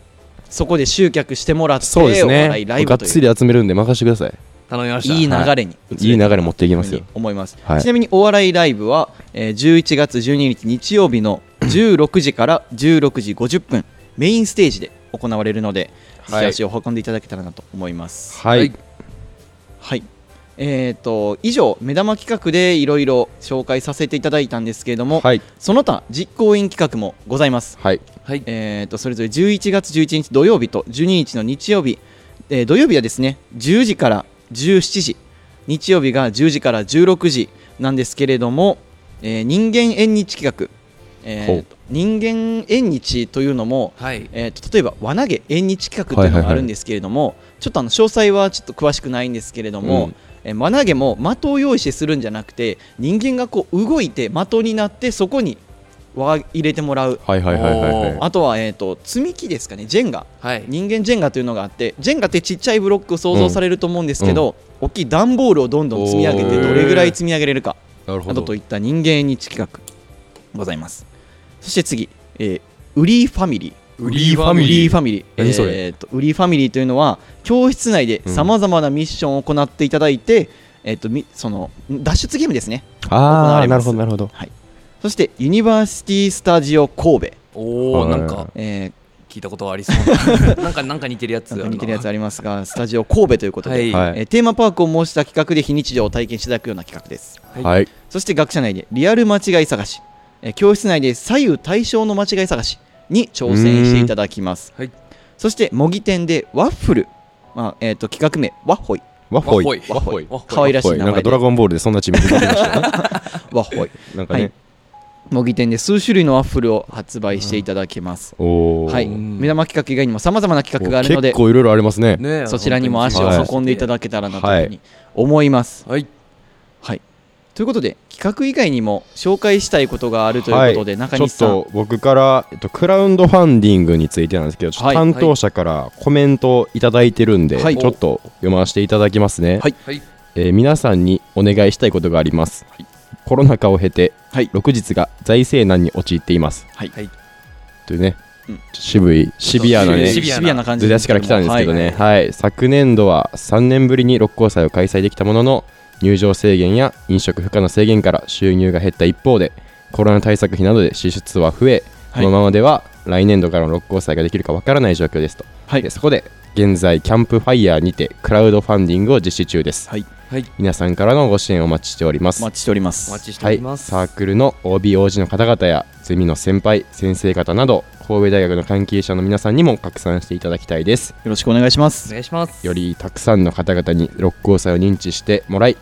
Speaker 3: そこで集客してもらって
Speaker 5: そうです
Speaker 3: お笑
Speaker 5: ね
Speaker 3: いライ
Speaker 5: が
Speaker 3: ブと
Speaker 5: っ
Speaker 3: い
Speaker 5: つ
Speaker 3: う
Speaker 5: り集めるんで任せてください
Speaker 4: 頼みました。
Speaker 3: いい流れに
Speaker 5: いい流れ持っていきますよ
Speaker 3: ふうに思います、
Speaker 5: はい
Speaker 3: ちなみにお笑いライブは、えー11月12日日曜日 の16時から16時50分メインステージで行われるので、
Speaker 5: はい
Speaker 3: ぜひ足を運んでいただけたらなと思います
Speaker 5: はい、
Speaker 4: はい
Speaker 3: はいえー、と以上目玉企画でいろいろ紹介させていただいたんですけれども、
Speaker 5: はい
Speaker 3: その他実行委員企画もございます
Speaker 5: はい
Speaker 4: はい。
Speaker 3: えー、とそれぞれ11月11日土曜日と12日の日曜日、えー土曜日はですね10時から17時日曜日が10時から16時なんですけれども、えー人間縁日企画、えー
Speaker 5: ほう
Speaker 3: 人間縁日というのも、
Speaker 4: はい。
Speaker 3: えー、と例えば輪投げ縁日企画というのがあるんですけれども、ちょっとあの詳細はちょっと詳しくないんですけれども、
Speaker 5: うん
Speaker 3: えー輪投げも的を用意してするんじゃなくて人間がこう動いて的になってそこに輪入れてもらう
Speaker 5: はいはいはいはいはい
Speaker 3: あとは、えー、と積み木ですかね、ジェンガ、
Speaker 4: はい。
Speaker 3: 人間ジェンガというのがあって、ジェンガってちっちゃいブロックを想像されると思うんですけど、大きい段ボールをどんどん積み上げて、
Speaker 5: おー
Speaker 3: どれぐらい積み上げれるか
Speaker 5: なる
Speaker 3: などといった人間日企画ございます。そして次、えーウリーファミリー。
Speaker 5: ウリーファミ
Speaker 3: ウリ
Speaker 5: リ
Speaker 3: ー
Speaker 5: ー
Speaker 3: ファミリー、
Speaker 5: 何それ
Speaker 3: えーとウリーファミリーというのは教室内でさまざまなミッションを行っていただいて、えー、とみその脱出ゲームですね行
Speaker 5: あ
Speaker 3: わ
Speaker 5: あ
Speaker 3: れ
Speaker 5: な
Speaker 3: ま
Speaker 5: る
Speaker 3: す
Speaker 5: ほどなるほど
Speaker 3: そしてユニバーシティ・スタジオ神戸、
Speaker 4: おお、
Speaker 5: はい
Speaker 4: なんか
Speaker 3: え
Speaker 4: 聞いたことありそうな。なんかなんか似てるやつ
Speaker 3: ー、
Speaker 4: あ
Speaker 3: な
Speaker 4: る
Speaker 3: んか
Speaker 4: な。
Speaker 3: 似てるやつありますがスタジオ神戸ということで、
Speaker 4: はい。
Speaker 5: は
Speaker 3: えーテーマパークを模した企画で非日常を体験していただくような企画です
Speaker 4: い
Speaker 5: はい
Speaker 3: そして学者内でリアル間違い探し、えー教室内で左右対称の間違い探しに挑戦していただきます、
Speaker 4: はい
Speaker 3: そして模擬店でワッフル、まあえー、と企画名ワッホイ
Speaker 5: ワッホイ
Speaker 4: わっほい
Speaker 5: ワッホイ
Speaker 4: わっほい
Speaker 3: 可愛らしい名前で
Speaker 5: なんかドラゴンボールでそんなチーム出てきましたね
Speaker 3: ワッホイ
Speaker 5: なんかね、
Speaker 3: はい模擬店で数種類のワッフルを発売していただきます、
Speaker 5: おお、
Speaker 3: はい、
Speaker 4: うん
Speaker 3: 目玉企画以外にもさまざまな企画があるの
Speaker 5: 結
Speaker 3: で
Speaker 5: 構いろいろありますね
Speaker 4: ねえ
Speaker 3: そちらにも足を
Speaker 5: はい
Speaker 3: 運んでいただけたらなというふう
Speaker 5: は
Speaker 3: に思います、
Speaker 4: はい。
Speaker 3: はい、ということで企画以外にも紹介したいことがあるということで、中
Speaker 5: ちょ
Speaker 3: 西
Speaker 5: っ
Speaker 3: さん
Speaker 5: と僕から、えっと、クラウンドファンディングについてなんですけど、ちょっ
Speaker 3: は
Speaker 5: と
Speaker 3: い
Speaker 5: 担当者からコメントをいただいてるんで、
Speaker 3: はい
Speaker 5: ちょっと読ませていただきますね、
Speaker 3: はい
Speaker 4: はい。
Speaker 5: えー皆さんにお願いしたいことがあります、コロナ禍を経て
Speaker 3: はい
Speaker 5: 6日が財政難に陥っています
Speaker 3: はい
Speaker 4: はい
Speaker 5: というね、
Speaker 3: うん
Speaker 5: 渋いシビアなね
Speaker 4: シ
Speaker 3: シ
Speaker 4: ビ
Speaker 3: ビ
Speaker 4: アな
Speaker 3: アな感じ
Speaker 5: 出だしから来たんですけどね、
Speaker 3: はい
Speaker 5: はい昨年度は3年ぶりに六甲祭を開催できたものの入場制限や飲食負荷の制限から収入が減った一方でコロナ対策費などで支出は増え、
Speaker 3: はい
Speaker 5: このままでは来年度からの六甲祭ができるかわからない状況ですと、
Speaker 3: はい
Speaker 5: でそこで現在キャンプファイヤーにてクラウドファンディングを実施中です、
Speaker 3: はい
Speaker 4: はい
Speaker 5: 皆さんからのご支援をお待ちしております
Speaker 3: お待ちしておりま
Speaker 4: お
Speaker 3: す
Speaker 4: 待ちして
Speaker 5: は
Speaker 4: お
Speaker 5: い、
Speaker 4: り
Speaker 5: サ
Speaker 4: ます。
Speaker 5: ークルの OBOG の方々やゼミの先輩先生方など神戸大学の関係者の皆さんにも拡散していただきたいです
Speaker 3: よろしくお願いしま
Speaker 4: お
Speaker 3: す
Speaker 4: 願いします。
Speaker 5: よりたくさんの方々に六甲祭を認知してもらい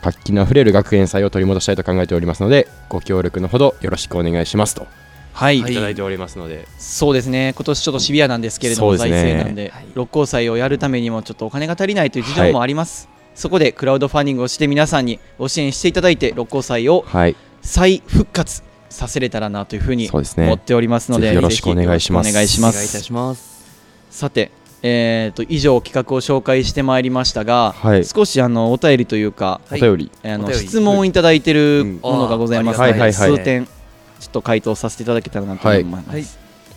Speaker 5: 活気のあふれる学園祭を取り戻したいと考えておりますのでご協力のほどよろしくお願いしますと
Speaker 3: はい、
Speaker 5: いただいておりますので、
Speaker 3: そうですね今年ちょっとシビアなんですけれども、
Speaker 5: そう
Speaker 3: 財
Speaker 5: ですね
Speaker 3: 政なんで、六甲祭をやるためにもちょっとお金が足りないという事情もあります、そこでクラウドファンディングをして皆さんにご支援していただいて六甲祭を
Speaker 5: はい、
Speaker 3: 再復活させれたらなというふうに
Speaker 5: そうですね
Speaker 3: 思っておりますので
Speaker 5: ぜひよろしくお願いします
Speaker 3: ぜひよろしくお
Speaker 4: お
Speaker 3: 願いしま
Speaker 4: 願いいた
Speaker 3: す
Speaker 4: します。
Speaker 3: さて、えー、と以上企画を紹介してまいりましたが、
Speaker 5: はい
Speaker 3: 少しあのお便りというか、
Speaker 4: はい
Speaker 5: お便り
Speaker 3: あの
Speaker 4: お便り
Speaker 3: 質問をいただいてるものがございますので、
Speaker 5: うんあーありがたいですね
Speaker 3: 数点ちょっと回答させていただけたらなと思います、
Speaker 4: はいはい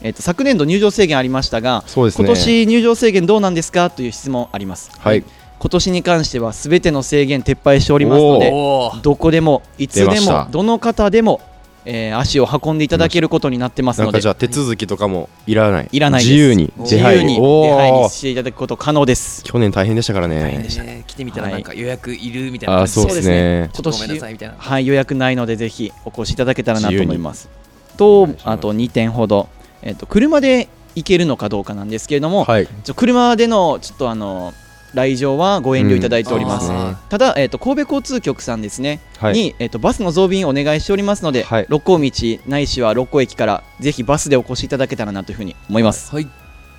Speaker 3: えー、と昨年度入場制限ありましたが、
Speaker 5: そうですね
Speaker 3: 今年入場制限どうなんですかという質問あります、
Speaker 5: はい
Speaker 3: 今年に関してはすべての制限撤廃しておりますの
Speaker 5: お
Speaker 3: で
Speaker 4: おー
Speaker 3: どこでもいつ
Speaker 5: 出ま
Speaker 3: で
Speaker 5: し
Speaker 3: も
Speaker 5: た
Speaker 3: どの方でも、えー足を運んでいただけることになってます
Speaker 5: な
Speaker 3: の
Speaker 5: んか
Speaker 3: で
Speaker 5: じゃあ手続きとかもいらない
Speaker 3: いらないです
Speaker 5: 自由に
Speaker 3: 自由に
Speaker 5: お
Speaker 3: 手配
Speaker 5: ー
Speaker 3: にしていただくこと可能です
Speaker 5: 去年大変でしたからね
Speaker 4: えー来てみたらなんか予約いるみたいな
Speaker 5: あ
Speaker 4: 感
Speaker 5: ー
Speaker 4: じ
Speaker 5: そうですね
Speaker 4: ちょっとごめんなさいみたいな。
Speaker 3: はい、予約ないのでぜひお越しいただけたらなと思います。と
Speaker 5: 願いし、ます
Speaker 3: あと2点ほど、えっと車で行けるのかどうかなんですけれども、
Speaker 5: はい
Speaker 3: ちょ車でのちょっとあの来場はご遠慮いただいております。
Speaker 4: うんあ
Speaker 3: ただ、えっと神戸交通局さんですね、
Speaker 5: はい
Speaker 3: に、えっとバスの増便をお願いしておりますので、
Speaker 5: はい
Speaker 3: 六甲道ないしは六甲駅からぜひバスでお越しいただけたらなというふうに思います。
Speaker 4: はい。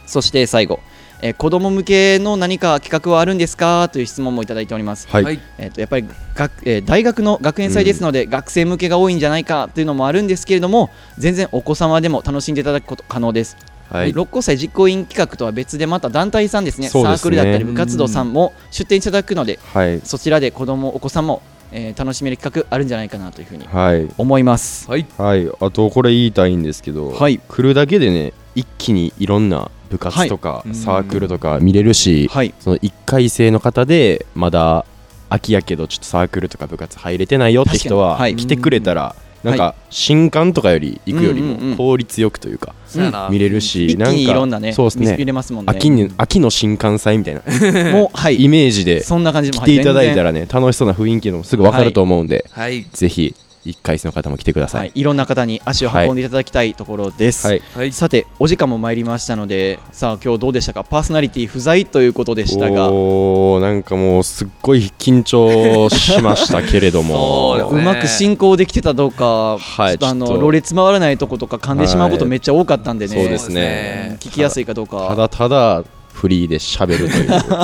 Speaker 3: そして最後、えー子ども向けの何か企画はあるんですかという質問もいただいております。
Speaker 5: はい、
Speaker 4: はい
Speaker 3: えー、とやっぱり学、えー大学の学園祭ですので、学生向けが多いんじゃないかというのもあるんですけれども全然お子様でも楽しんでいただくこと可能です、
Speaker 5: はい
Speaker 3: 六甲祭実行委員企画とは別でまた団体さんですね
Speaker 5: そうで
Speaker 3: サ
Speaker 5: すね
Speaker 3: ークルだったり部活動さんも出展いただくので
Speaker 5: はい
Speaker 3: そちらで子どもお子さんも、えー楽しめる企画あるんじゃないかなというふうに
Speaker 5: はい
Speaker 3: 思います
Speaker 4: はい。
Speaker 5: はい、あとこれ言いたいんですけど、
Speaker 3: はい
Speaker 5: 来るだけでね一気にいろんな部活とか、
Speaker 4: はい
Speaker 5: サークルとか見れるし、
Speaker 3: はい
Speaker 5: その1回生の方でまだ秋やけどちょっとサークルとか部活入れてないよって人は
Speaker 3: 確かにはい
Speaker 5: 来てくれたら、
Speaker 3: うん
Speaker 5: なんか新刊とかより行くより
Speaker 3: うんうんうん
Speaker 5: も効率よくというか
Speaker 4: そうやな。
Speaker 5: 見れる
Speaker 3: 一
Speaker 5: し、
Speaker 3: 気
Speaker 5: なんか
Speaker 3: にいろんなね
Speaker 5: そうです
Speaker 3: 見せ
Speaker 5: ね
Speaker 3: れますもんね
Speaker 5: 秋に秋の新刊祭みたいな
Speaker 3: もうはい
Speaker 5: イメージで
Speaker 3: そんな感じも
Speaker 5: 来ていただいた
Speaker 3: は
Speaker 5: らね楽しそうな雰囲気のもすぐ分かると思うんで、
Speaker 4: はい。
Speaker 5: ぜひ1回生の方も来てくだ
Speaker 3: 全然
Speaker 5: さ
Speaker 3: はいい、、いろんな方に足を運んでいただきたいところです、
Speaker 5: はい
Speaker 4: はい。
Speaker 3: さてお時間も参りましたのでさあ今日どうでしたかパーソナリティ不在ということでしたが
Speaker 5: おーなんかもうすっごい緊張しましたけれども
Speaker 4: そうです
Speaker 3: うまく進行できてたどうか、ち
Speaker 5: はい
Speaker 3: ょっとあ
Speaker 5: ちょ
Speaker 3: の
Speaker 5: っと
Speaker 3: ろれつ回らないとことか噛んでしまうことめっちゃ多かったんでね,、
Speaker 5: そうです
Speaker 4: そう
Speaker 5: ね
Speaker 4: で
Speaker 3: 聞きやすいかどうか
Speaker 5: ただただフリーで喋るという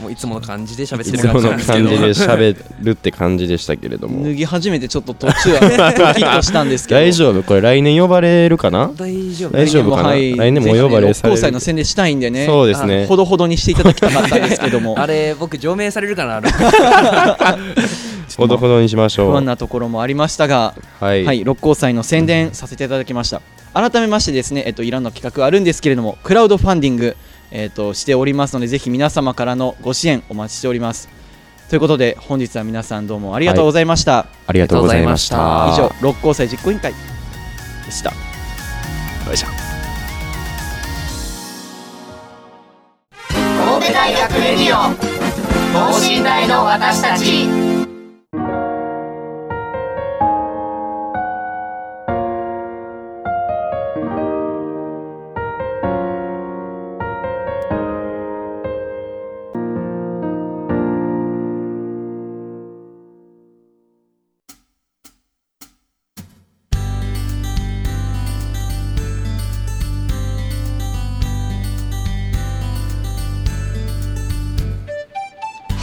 Speaker 4: もういつもの感じで喋って
Speaker 5: い
Speaker 4: る
Speaker 5: つも
Speaker 4: 感
Speaker 5: の感
Speaker 4: じ
Speaker 5: じ
Speaker 4: なん
Speaker 5: で
Speaker 4: ですけど。
Speaker 5: 喋るって感じでしたけれども
Speaker 3: 脱ぎ始めてちょっと途中はドキッとしたんですけど
Speaker 5: 大丈夫これ来年呼ばれるかな、
Speaker 4: 大丈夫。
Speaker 5: 大丈夫かな
Speaker 3: はい
Speaker 5: 来年もお呼ばれされ
Speaker 3: ぜひね六甲
Speaker 5: る
Speaker 3: 祭の宣伝したいんでね
Speaker 5: そうですね
Speaker 3: ほどほどにしていただきたかったんですけど も
Speaker 4: あれ僕除名されるかな。
Speaker 5: ほどほどにしまし
Speaker 3: 不
Speaker 5: ょ
Speaker 3: 安
Speaker 5: う
Speaker 3: なところもありましたが
Speaker 5: はい、
Speaker 3: はい、六甲祭の宣伝させていただきました。改めましてですね、えっと、いろんな企画あるんですけれども、クラウドファンディング、えっと、しておりますので、ぜひ皆様からのご支援お待ちしております。ということで、本日は皆さんどうもありがとうございました。
Speaker 5: ありがとうございました
Speaker 4: あ
Speaker 3: 以上、六甲祭実行委員会でした。
Speaker 5: よいしょ
Speaker 1: 神戸大学レディオ等身大の私たち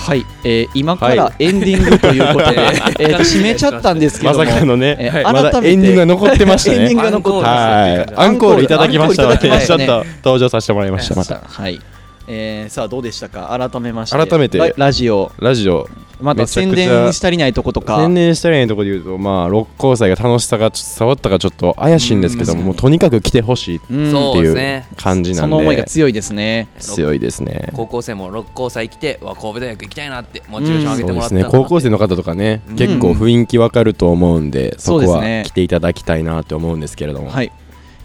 Speaker 3: はい、えー今からエンディングということ で、
Speaker 4: はい
Speaker 3: えーと締めちゃったんですけ
Speaker 5: ま
Speaker 3: ども、
Speaker 5: さかのね、
Speaker 3: えー
Speaker 5: まだ
Speaker 3: 改めて
Speaker 5: エンディングが残ってました
Speaker 3: エンディン
Speaker 5: ね
Speaker 3: グが残ってま
Speaker 5: はいアンコールいただきましたので
Speaker 3: アンコールいただきまし
Speaker 5: ち
Speaker 3: た
Speaker 5: ょっ
Speaker 3: ね
Speaker 5: と登場させてもらいましたまた
Speaker 3: はい。えーさあどうでしたか改めまして
Speaker 5: 改めて
Speaker 3: ララジオ
Speaker 5: ラジオ
Speaker 3: また
Speaker 5: めちゃ
Speaker 3: 宣
Speaker 5: くちゃ
Speaker 3: 伝し足りないとことか
Speaker 5: 宣伝したらいいところで言うと、まあ、六甲祭が楽しさがちょっと伝わったかちょっと怪しいんですけども、もうとにかく来てほしいって
Speaker 3: うん
Speaker 4: そうです
Speaker 5: いう
Speaker 4: ね
Speaker 5: 感じな
Speaker 3: そ
Speaker 5: ん
Speaker 3: の思いが
Speaker 5: で、
Speaker 3: 強いですね。
Speaker 5: 強いですね。
Speaker 4: 高校生も六甲祭来て、わ神戸大学行きたいなってモチベーション上げ
Speaker 5: そ
Speaker 4: て
Speaker 5: う
Speaker 4: も
Speaker 5: で
Speaker 4: らっ
Speaker 5: す
Speaker 4: たら
Speaker 5: ね
Speaker 4: なって。
Speaker 5: 高校生の方とかね、結構雰囲気わかると思うんで、
Speaker 3: そ
Speaker 5: そこ
Speaker 3: うです
Speaker 5: は
Speaker 3: ね
Speaker 5: 来ていただきたいなって思うんですけれども、
Speaker 3: はい。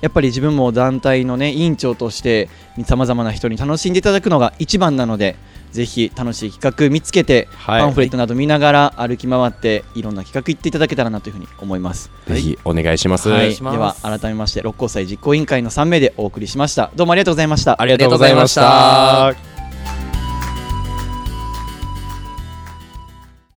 Speaker 3: やっぱり自分も団体のね委員長としてさまざまな人に楽しんでいただくのが一番なのでぜひ楽しい企画見つけて、
Speaker 5: はい
Speaker 3: パンフレットなど見ながら歩き回っていろんな企画行っていただけたらなというふうに思います。
Speaker 5: ぜひお願いします、
Speaker 3: はい、
Speaker 4: し
Speaker 3: で
Speaker 4: ます
Speaker 3: は改めまして六甲祭実行委員会の3名でお送りしましたどうもありがとうございました
Speaker 5: ありがとうございまし
Speaker 4: ありがとうございま
Speaker 5: た